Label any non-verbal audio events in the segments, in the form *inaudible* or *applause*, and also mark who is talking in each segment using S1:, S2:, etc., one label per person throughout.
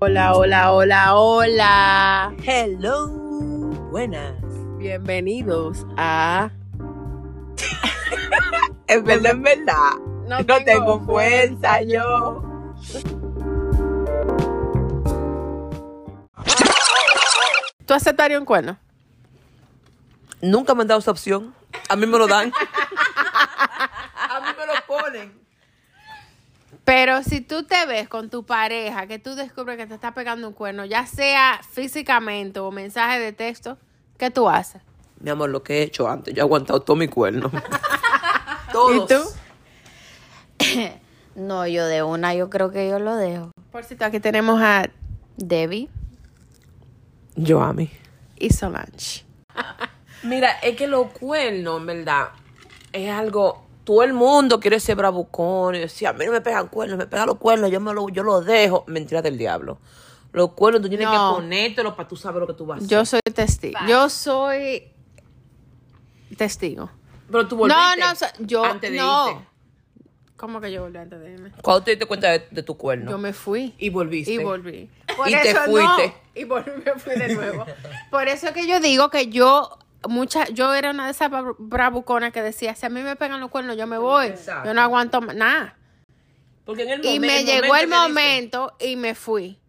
S1: Hola, hola, hola, hola.
S2: Hello, buenas.
S1: Bienvenidos a.
S2: En verdad, en verdad,
S1: No,
S2: no tengo fuerza yo.
S1: ¿Tú aceptarías un cuerno?
S2: Nunca me han dado esa opción. A mí me lo dan. A mí me lo ponen.
S1: Pero si tú te ves con tu pareja, que tú descubres que te está pegando un cuerno, ya sea físicamente o mensaje de texto, ¿qué tú haces?
S2: Mi amor, lo que he hecho antes, yo he aguantado todo mi *laughs* cuerno. Todos.
S1: ¿Y tú?
S3: No, yo de una, yo creo que yo lo dejo.
S1: Por cierto, aquí tenemos a
S3: Debbie.
S2: Yo a mí.
S1: y Solange.
S2: Mira, es que los cuernos, en verdad, es algo. Todo el mundo quiere ser bravucón. Y decía, a mí no me pegan cuernos, me pegan los cuernos, yo, me lo, yo los dejo. Mentira del diablo. Los cuernos tú tienes
S1: No.
S2: que ponértelos para tú saber lo que tú vas a hacer.
S1: Yo soy testigo. Yo soy testigo.
S2: Pero tú volviste.
S1: No, no, so- yo
S2: Antes de
S1: no.
S2: irte.
S1: ¿Cómo que yo volví antes de irme?
S2: ¿Cuándo te diste cuenta de, de tu cuerno?
S1: Yo me fui.
S2: Y volviste.
S1: Y volví.
S2: Y te
S1: no,
S2: fuiste.
S1: y volví, me fui de
S2: *laughs*
S1: nuevo. Por eso es que yo digo que yo, mucha, yo era una de esas bra- bravuconas que decía, si a mí me pegan los cuernos, yo me voy.
S2: Exacto.
S1: Yo no aguanto ma- nada.
S2: Porque en el
S1: Y
S2: momen-
S1: me
S2: el
S1: llegó el
S2: momento que dices,
S1: momento y me fui.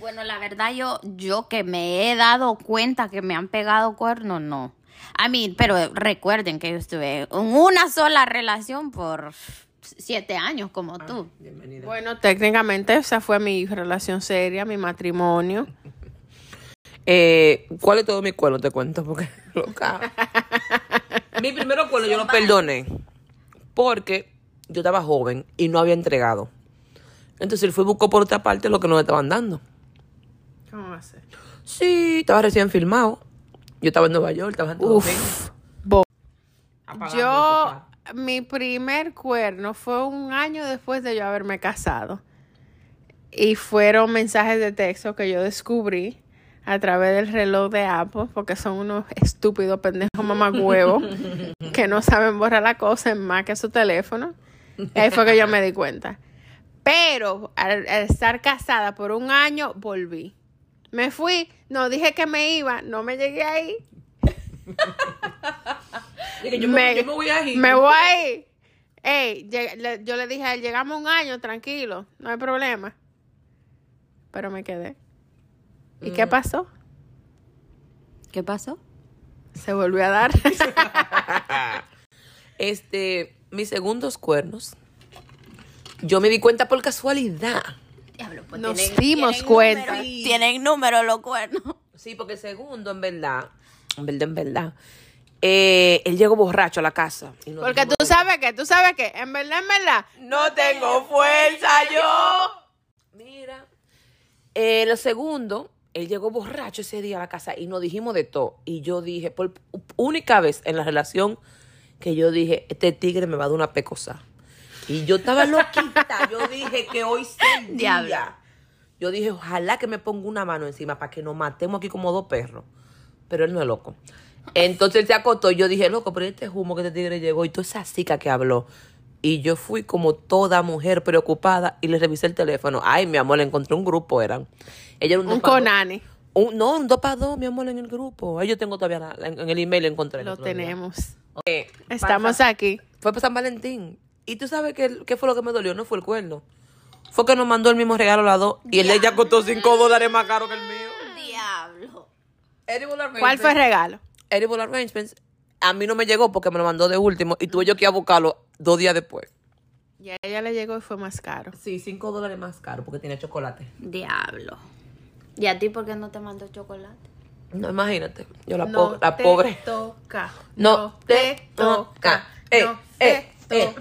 S3: Bueno, la verdad yo, yo que me he dado cuenta que me han pegado cuernos, no. A mí, pero recuerden que yo estuve en una sola relación por siete años como
S1: Ah,
S3: tú.
S2: Bienvenida.
S1: Bueno, técnicamente esa fue mi relación seria, mi matrimonio.
S2: Eh, ¿Cuál es todo mi cuerno? Te cuento porque *laughs*
S1: *laughs*
S2: loca. mi primero cuerno yo lo perdoné porque yo estaba joven y no había entregado. Entonces él fue y buscó por otra parte lo que nos estaban dando.
S1: ¿Cómo va a ser?
S2: Sí, estaba recién filmado. Yo estaba en Nueva York, estaba en todo
S1: Uf. bo- Yo, mi primer cuerno fue un año después de yo haberme casado. Y fueron mensajes de texto que yo descubrí a través del reloj de Apple, porque son unos estúpidos pendejos mamagüevos que no saben borrar la cosa en más que su teléfono. Y ahí fue que yo me di cuenta. Pero al, al estar casada por un año, volví. Me fui, no dije que me iba, no me llegué ahí.
S2: Dije, yo,
S1: me-
S2: me, yo me voy a ir.
S1: Me voy a ir. Ey, lleg- le- yo le dije a él, llegamos un año, tranquilo, no hay problema. Pero me quedé. ¿Y
S2: Mm.
S1: qué pasó?
S3: ¿Qué pasó?
S1: Se volvió a dar.
S2: Este, mis segundos cuernos. Yo me di cuenta por casualidad.
S1: Nos dimos cuenta.
S3: Tienen pues número los cuernos.
S2: Sí, porque el segundo, en verdad, en verdad, en verdad, eh, él llegó borracho a la casa. y nos
S1: Porque
S2: dimos
S1: tú sabes que, tú sabes que, en verdad, en verdad,
S2: No tengo fuerza yo. Mira. Eh, lo segundo, él llegó borracho ese día a la casa y nos dijimos de todo. Y yo dije, por única vez en la relación que yo dije, este tigre me va a dar una pecosa. Y yo estaba loquita.
S1: *laughs*
S2: yo dije que hoy sí
S3: Diablo.
S2: día. Yo dije, ojalá que me ponga una mano encima para que nos matemos aquí como dos perros. Pero él no es loco. Entonces él se acostó y yo dije, loco, pero este humo que este tigre llegó y toda esa cica que habló. Y yo fui como toda mujer preocupada y le revisé el teléfono. Ay, mi amor, le encontré un grupo, eran. Ella era un,
S1: un
S2: dos pa' dos.
S1: Conani.
S2: Un- no, un 2 para 2, mi amor, en el grupo. Ahí yo tengo todavía la- en, en el email, le encontré. el
S1: Lo
S2: otro día.
S1: tenemos.
S2: Eh,
S1: Estamos aquí.
S2: fue para San Valentín. Y tú sabes que, qué fue lo que me dolió, no fue el cuerno. Fue que nos mandó el mismo regalo las dos. Y el de ella costó 5 dólares más caro que el mío.
S3: Diablo.
S1: ¿Cuál fue el regalo?
S2: Edible Arrangements. A mí no me llegó porque me lo mandó de último. Y tuve yo que ir a buscarlo dos días después.
S1: Y a ella le llegó y fue más caro.
S2: Sí, 5 dólares más caro porque tiene chocolate.
S3: Diablo. ¿Y a ti por qué no te mandó chocolate?
S2: No, imagínate. Yo la,
S1: No
S2: po- la
S1: te
S2: pobre.
S1: toca.
S2: No te toca. Eh, eh, eh.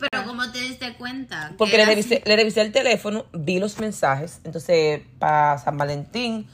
S3: Pero ¿cómo te diste cuenta?
S2: Porque le revisé, le revisé el teléfono, vi los mensajes. Entonces, para San Valentín,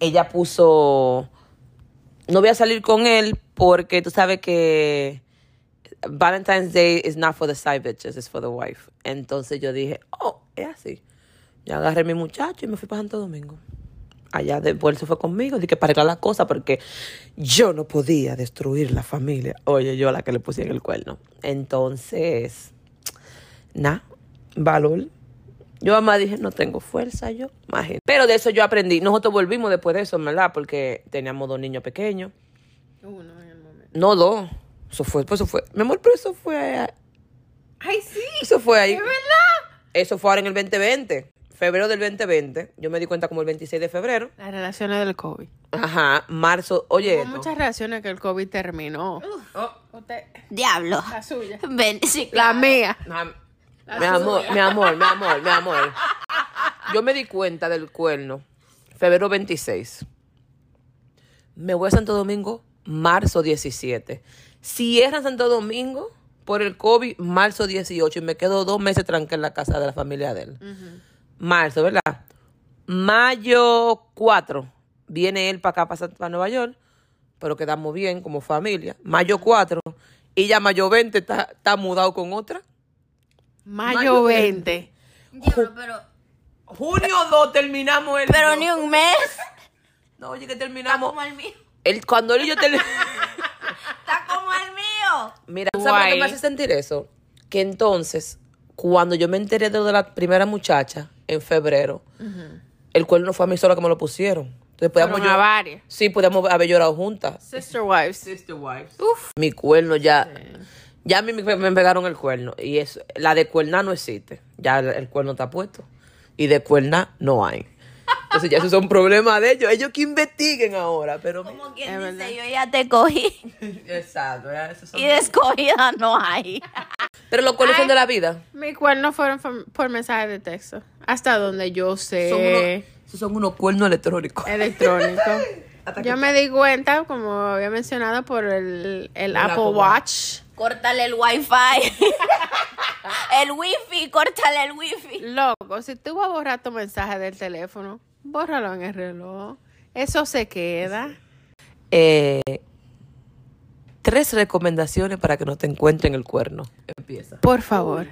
S2: ella puso. No voy a salir con él porque tú sabes que Valentine's Day is not for the side bitches, it's for the wife. Entonces yo dije, oh, es así. Yo agarré a mi muchacho y me fui para Santo Domingo. Allá después él se fue conmigo, dije que para arreglar las cosas porque yo no podía destruir la familia. Oye, yo a la que le puse en el cuerno. Entonces, Nah, valor. Yo mamá dije, no tengo fuerza yo. Imagínate. Pero de eso yo aprendí. Nosotros volvimos después de eso, ¿verdad? Porque teníamos dos niños pequeños.
S1: Uno en el momento.
S2: No dos. Eso fue, pues eso fue. Mi amor, pero eso fue.
S1: ¡Ay, sí!
S2: Eso fue ahí.
S1: ¡Es verdad!
S2: Eso fue ahora en el 2020. Febrero del 2020. Yo me di cuenta como el 26 de febrero.
S1: Las relaciones del COVID.
S2: Ajá. Marzo. Oye.
S1: Hubo
S2: esto.
S1: muchas relaciones que el COVID terminó. Oh. Usted, *laughs*
S3: Diablo.
S1: la suya.
S3: Ven, sí,
S1: La mía.
S2: Ajá. Mi amor, mi amor, mi amor, mi amor. Yo me di cuenta del cuerno. Febrero 26. Me voy a Santo Domingo, marzo 17. Cierran Santo Domingo por el COVID, marzo 18. Y me quedo dos meses tranca en la casa de la familia de él. Marzo, ¿verdad? Mayo 4. Viene él para acá, para, para Nueva York. Pero quedamos bien como familia. Mayo 4. Y ya mayo 20 está, está mudado con otra.
S1: Mayo
S2: Mayo 20.
S1: 20.
S3: *laughs* Diablo, pero.
S2: Junio 2 terminamos el.
S3: Pero ni un mes.
S2: No, oye, que
S3: Está
S2: terminamos.
S3: como el mío.
S2: El, cuando él y yo
S3: *laughs*
S2: terminamos.
S3: Está como el mío.
S2: Mira, ¿sabes lo que
S1: Guay.
S2: me hace sentir eso? Que entonces, cuando yo me enteré de lo de la primera muchacha en febrero, el cuerno no fue a mí sola que me lo pusieron. Entonces podíamos
S1: Fueron a varias.
S2: Sí, podíamos haber llorado juntas.
S1: Sister Wives.
S2: Sister wives. Mi cuerno ya. Ya a mí me, me pegaron el cuerno. Y eso, la de cuerna no existe. Ya el, el cuerno está puesto. Y de cuerna no hay. Entonces ya esos son problemas de ellos. Ellos que investiguen ahora. Pero.
S3: Como quien dice, yo ya te cogí.
S2: Exacto, ya esos son-
S3: Y descogida no hay.
S2: Pero los cuernos son de la vida.
S1: Mi cuerno fueron fam- por mensaje de texto. Hasta donde yo sé.
S2: Son unos, esos son unos cuernos electrónicos.
S1: Eh. electrónico. *laughs*
S2: Hasta
S1: Yo me di cuenta, como había mencionado, por el, el Apple,
S2: Apple
S1: Watch.
S3: Córtale el *laughs* wifi. El wifi, córtale el wifi.
S1: Loco, si tú vas a borrar tu mensaje del teléfono, bórralo en el reloj. Eso se queda.
S2: Eh, tres recomendaciones para que no te encuentren el cuerno. Empieza.
S1: Por favor,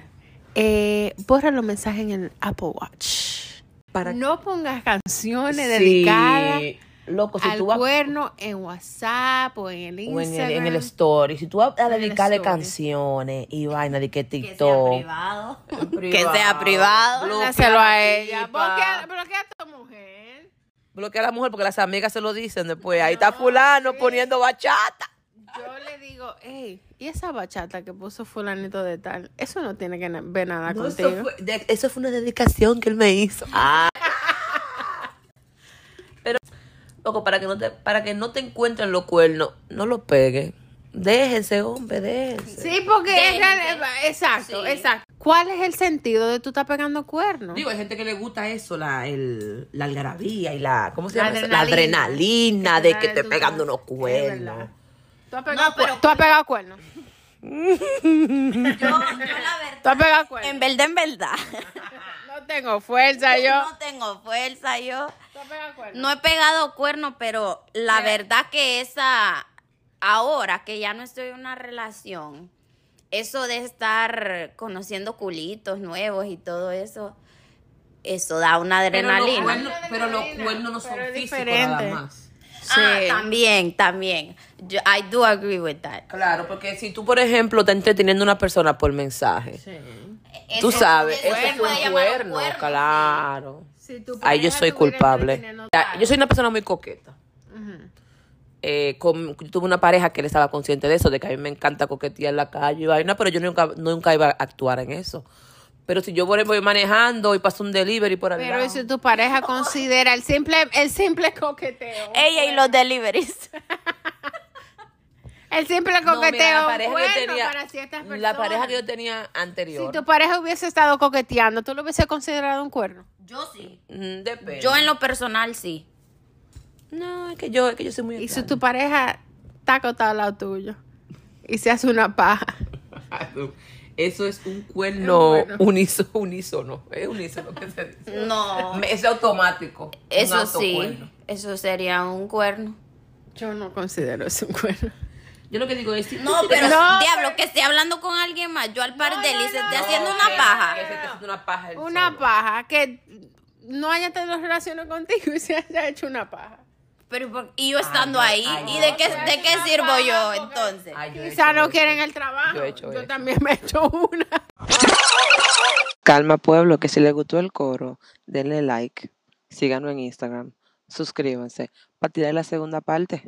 S1: eh, borra los mensajes en el Apple Watch.
S2: Para
S1: No pongas canciones
S2: Sí.
S1: dedicadas
S2: Loco, si
S1: al
S2: tú vas
S1: cuerno en WhatsApp o en el
S2: o en
S1: Instagram.
S2: el, en el story, si tú vas a
S1: En el
S2: dedicarle
S1: story.
S2: canciones y vaina de que TikTok. *laughs*
S3: privado.
S2: Que
S3: sea privado.
S1: Mándaselo a ella. Bloquea,
S2: Bloquea,
S1: bloquea a tu mujer.
S2: bloquea a la mujer porque las amigas se lo dicen después. Ahí está fulano poniendo bachata.
S1: Yo le digo, hey, ¿y esa bachata que puso fulanito de tal? Eso no tiene que na- ver nada
S2: No,
S1: Ah, contigo.
S2: Eso fue, de- eso fue una dedicación que él me *laughs* hizo. Pero, loco, para que no te, para que no te encuentren los cuernos, no los peguen. Déjense, hombre, déjense.
S1: Sí, porque
S3: Gente.
S1: esa- exacto,
S3: Sí.
S1: exacto. ¿Cuál es el sentido de tú estar pegando cuernos?
S2: Digo, hay gente que le gusta eso, la, el, la algarabía y la, ¿cómo se
S1: La
S2: llama? eso? La
S1: adrenalina.
S2: adrenalina de que
S1: Ay,
S2: te
S1: tú
S2: pegando
S1: sabes.
S2: unos
S1: Es verdad.
S2: cuernos.
S1: Tú has pegado,
S3: No, pero-
S1: cuer- pues, tú has pegado cuernos.
S3: Yo, yo la verdad.
S1: Tú has pegado cuernos.
S3: En verdad, en verdad.
S1: No tengo fuerza yo.
S3: No tengo fuerza yo.
S1: Tú has pegado cuernos.
S3: No he pegado cuerno, pero la verdad que esa, ahora que ya no estoy en una relación, eso de estar conociendo culitos nuevos y todo eso, eso da una adrenalina.
S1: pero los cuernos no son Pero es físicos nada diferente. más.
S3: Ah, también, también. Yo- I do agree with that.
S2: Claro, porque si tú, por ejemplo, estás entreteniendo a una persona por mensaje, tú
S3: Eso-
S2: sabes,
S3: eso
S2: eso
S3: se
S2: es
S3: puede
S2: un
S3: llamar
S2: cuerno,
S3: cuerno,
S2: claro.
S1: Si tu
S2: Ahí yo
S1: pareja
S2: soy
S1: tuviera
S2: culpable.
S1: entretenido
S2: Ya,
S1: tal.
S2: Yo soy una persona muy coqueta. Eh, con- yo tuve una pareja que él estaba consciente de eso, de que a mí me encanta coquetear en la calle y vaina, pero yo nunca, nunca iba a actuar en eso. Pero si yo voy, voy manejando y paso un delivery por ah, al
S1: Pero
S2: lado,
S1: ¿y si tu pareja considera el simple, el simple coqueteo.
S3: Ella y los deliveries.
S1: El simple
S2: No, mira,
S1: coqueteo.
S2: la pareja
S1: bueno,
S2: que yo tenía,
S1: para ciertas personas.
S2: la pareja que yo tenía
S1: Si
S2: anterior,
S1: tu pareja hubiese estado coqueteando, ¿tú lo hubiese considerado un cuerno?
S3: Yo sí.
S2: mm, depende.
S3: Yo en lo personal sí.
S2: no, es que yo, es que yo soy muy
S1: Y si
S2: extraña.
S1: tu pareja está acostado al lado tuyo y se hace una paja.
S2: *laughs* Eso es un cuerno
S1: Bueno.
S2: unísono, unísono, es unísono que se dice.
S3: No.
S2: Es automático. un
S3: Eso sí.
S2: autocuerno.
S3: Eso sería un cuerno.
S1: Yo no considero eso un cuerno.
S2: Yo lo que digo es si tú *laughs*
S3: No,
S2: te-
S3: pero
S1: No,
S3: diablo, que esté hablando con alguien más. Yo al par de él y se esté haciendo una paja.
S2: Que se te hace una paja el
S1: Una
S2: solo.
S1: paja que no haya tenido relaciones contigo y se haya hecho una paja.
S3: Pero, ¿por- y yo estando
S2: Ay,
S3: ahí,
S2: ay,
S3: ¿y
S2: no,
S3: de qué,
S2: se
S3: de qué sirvo yo entonces?
S2: Ay, yo he
S1: Quizá
S2: hecho
S1: no
S2: eso.
S1: quieren el trabajo.
S2: Yo he hecho
S1: Yo
S2: eso.
S1: también me he hecho una.
S2: Calma pueblo, que si les gustó el coro, denle like, síganos en Instagram, suscríbanse para tirar la segunda parte.